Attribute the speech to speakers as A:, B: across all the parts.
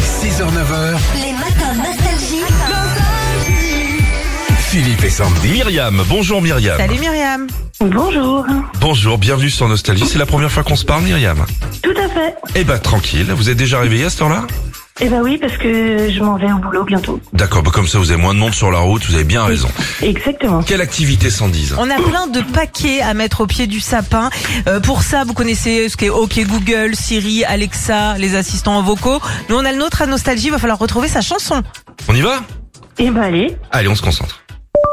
A: 6h-9h,
B: Les matins nostalgie.
A: Philippe et Sandy.
C: Myriam, bonjour Myriam.
D: Salut Myriam.
E: Bonjour.
C: Bonjour, bienvenue sur Nostalgie. C'est la première fois qu'on se parle, Myriam.
E: Tout à fait.
C: Eh ben tranquille, vous êtes déjà réveillé à cette heure-là
E: Eh ben oui, parce que je m'en vais en boulot bientôt.
C: D'accord, bah comme ça vous avez moins de monde sur la route, vous avez bien raison.
E: Exactement.
C: Quelle activité Sandy
D: On a plein de paquets à mettre au pied du sapin. Euh, pour ça, vous connaissez ce qu'est OK Google, Siri, Alexa, les assistants vocaux. Nous, on a le nôtre à Nostalgie. Il va falloir retrouver sa chanson.
C: On y va
E: Eh ben allez.
C: Allez, on se concentre.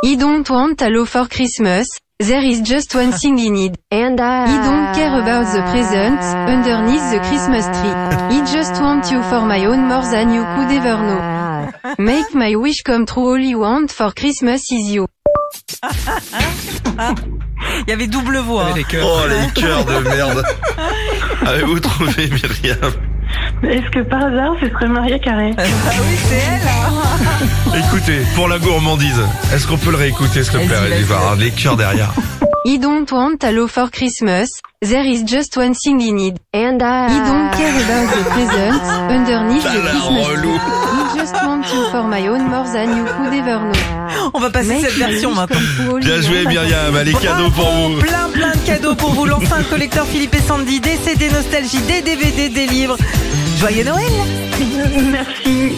F: I don't want a lot for Christmas. There is just one thing in it.
G: And uh, I,
F: I don't care about the presents underneath the Christmas tree. I just want you for my own more than you could ever know.
G: know.
F: Make my wish come true. All you want for Christmas is you.
D: Il y avait double voix. hein.
C: Oh les cœurs de merde Avez-vous trouvé Myriam
E: Est-ce que par hasard, ce serait Maria Carré
D: Ah oui, c'est elle. hein.
C: Écoutez, pour la gourmandise, est-ce qu'on peut le réécouter s'il te plaît
D: Vas-y,
C: Allez
D: vas-y.
C: voir, hein, les cœurs derrière.
F: I don't want a lot for Christmas. There is just one thing in it.
G: And uh, I,
F: I don't care about the presents underneath the
C: la
F: Christmas
C: relou.
F: tree. I just want you for my own more than you could ever know.
D: On va passer
F: Make
D: cette
F: my
D: version
F: wish
D: maintenant.
F: come true. All
C: Bien
F: you
C: joué
F: want.
C: Myriam, allez cadeaux pour vous
D: Plein, plein de cadeaux pour vous. L'enceinte collecteur Philippe et Sandy, des CD Nostalgie, des DVD, des livres. Joyeux Noël
E: Merci.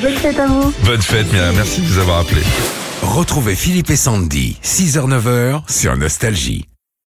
E: Bonne fête à vous.
C: Bonne fête Myriam, merci de nous avoir appelés.
A: Retrouvez Philippe et Sandy, 6h-9h, sur Nostalgie.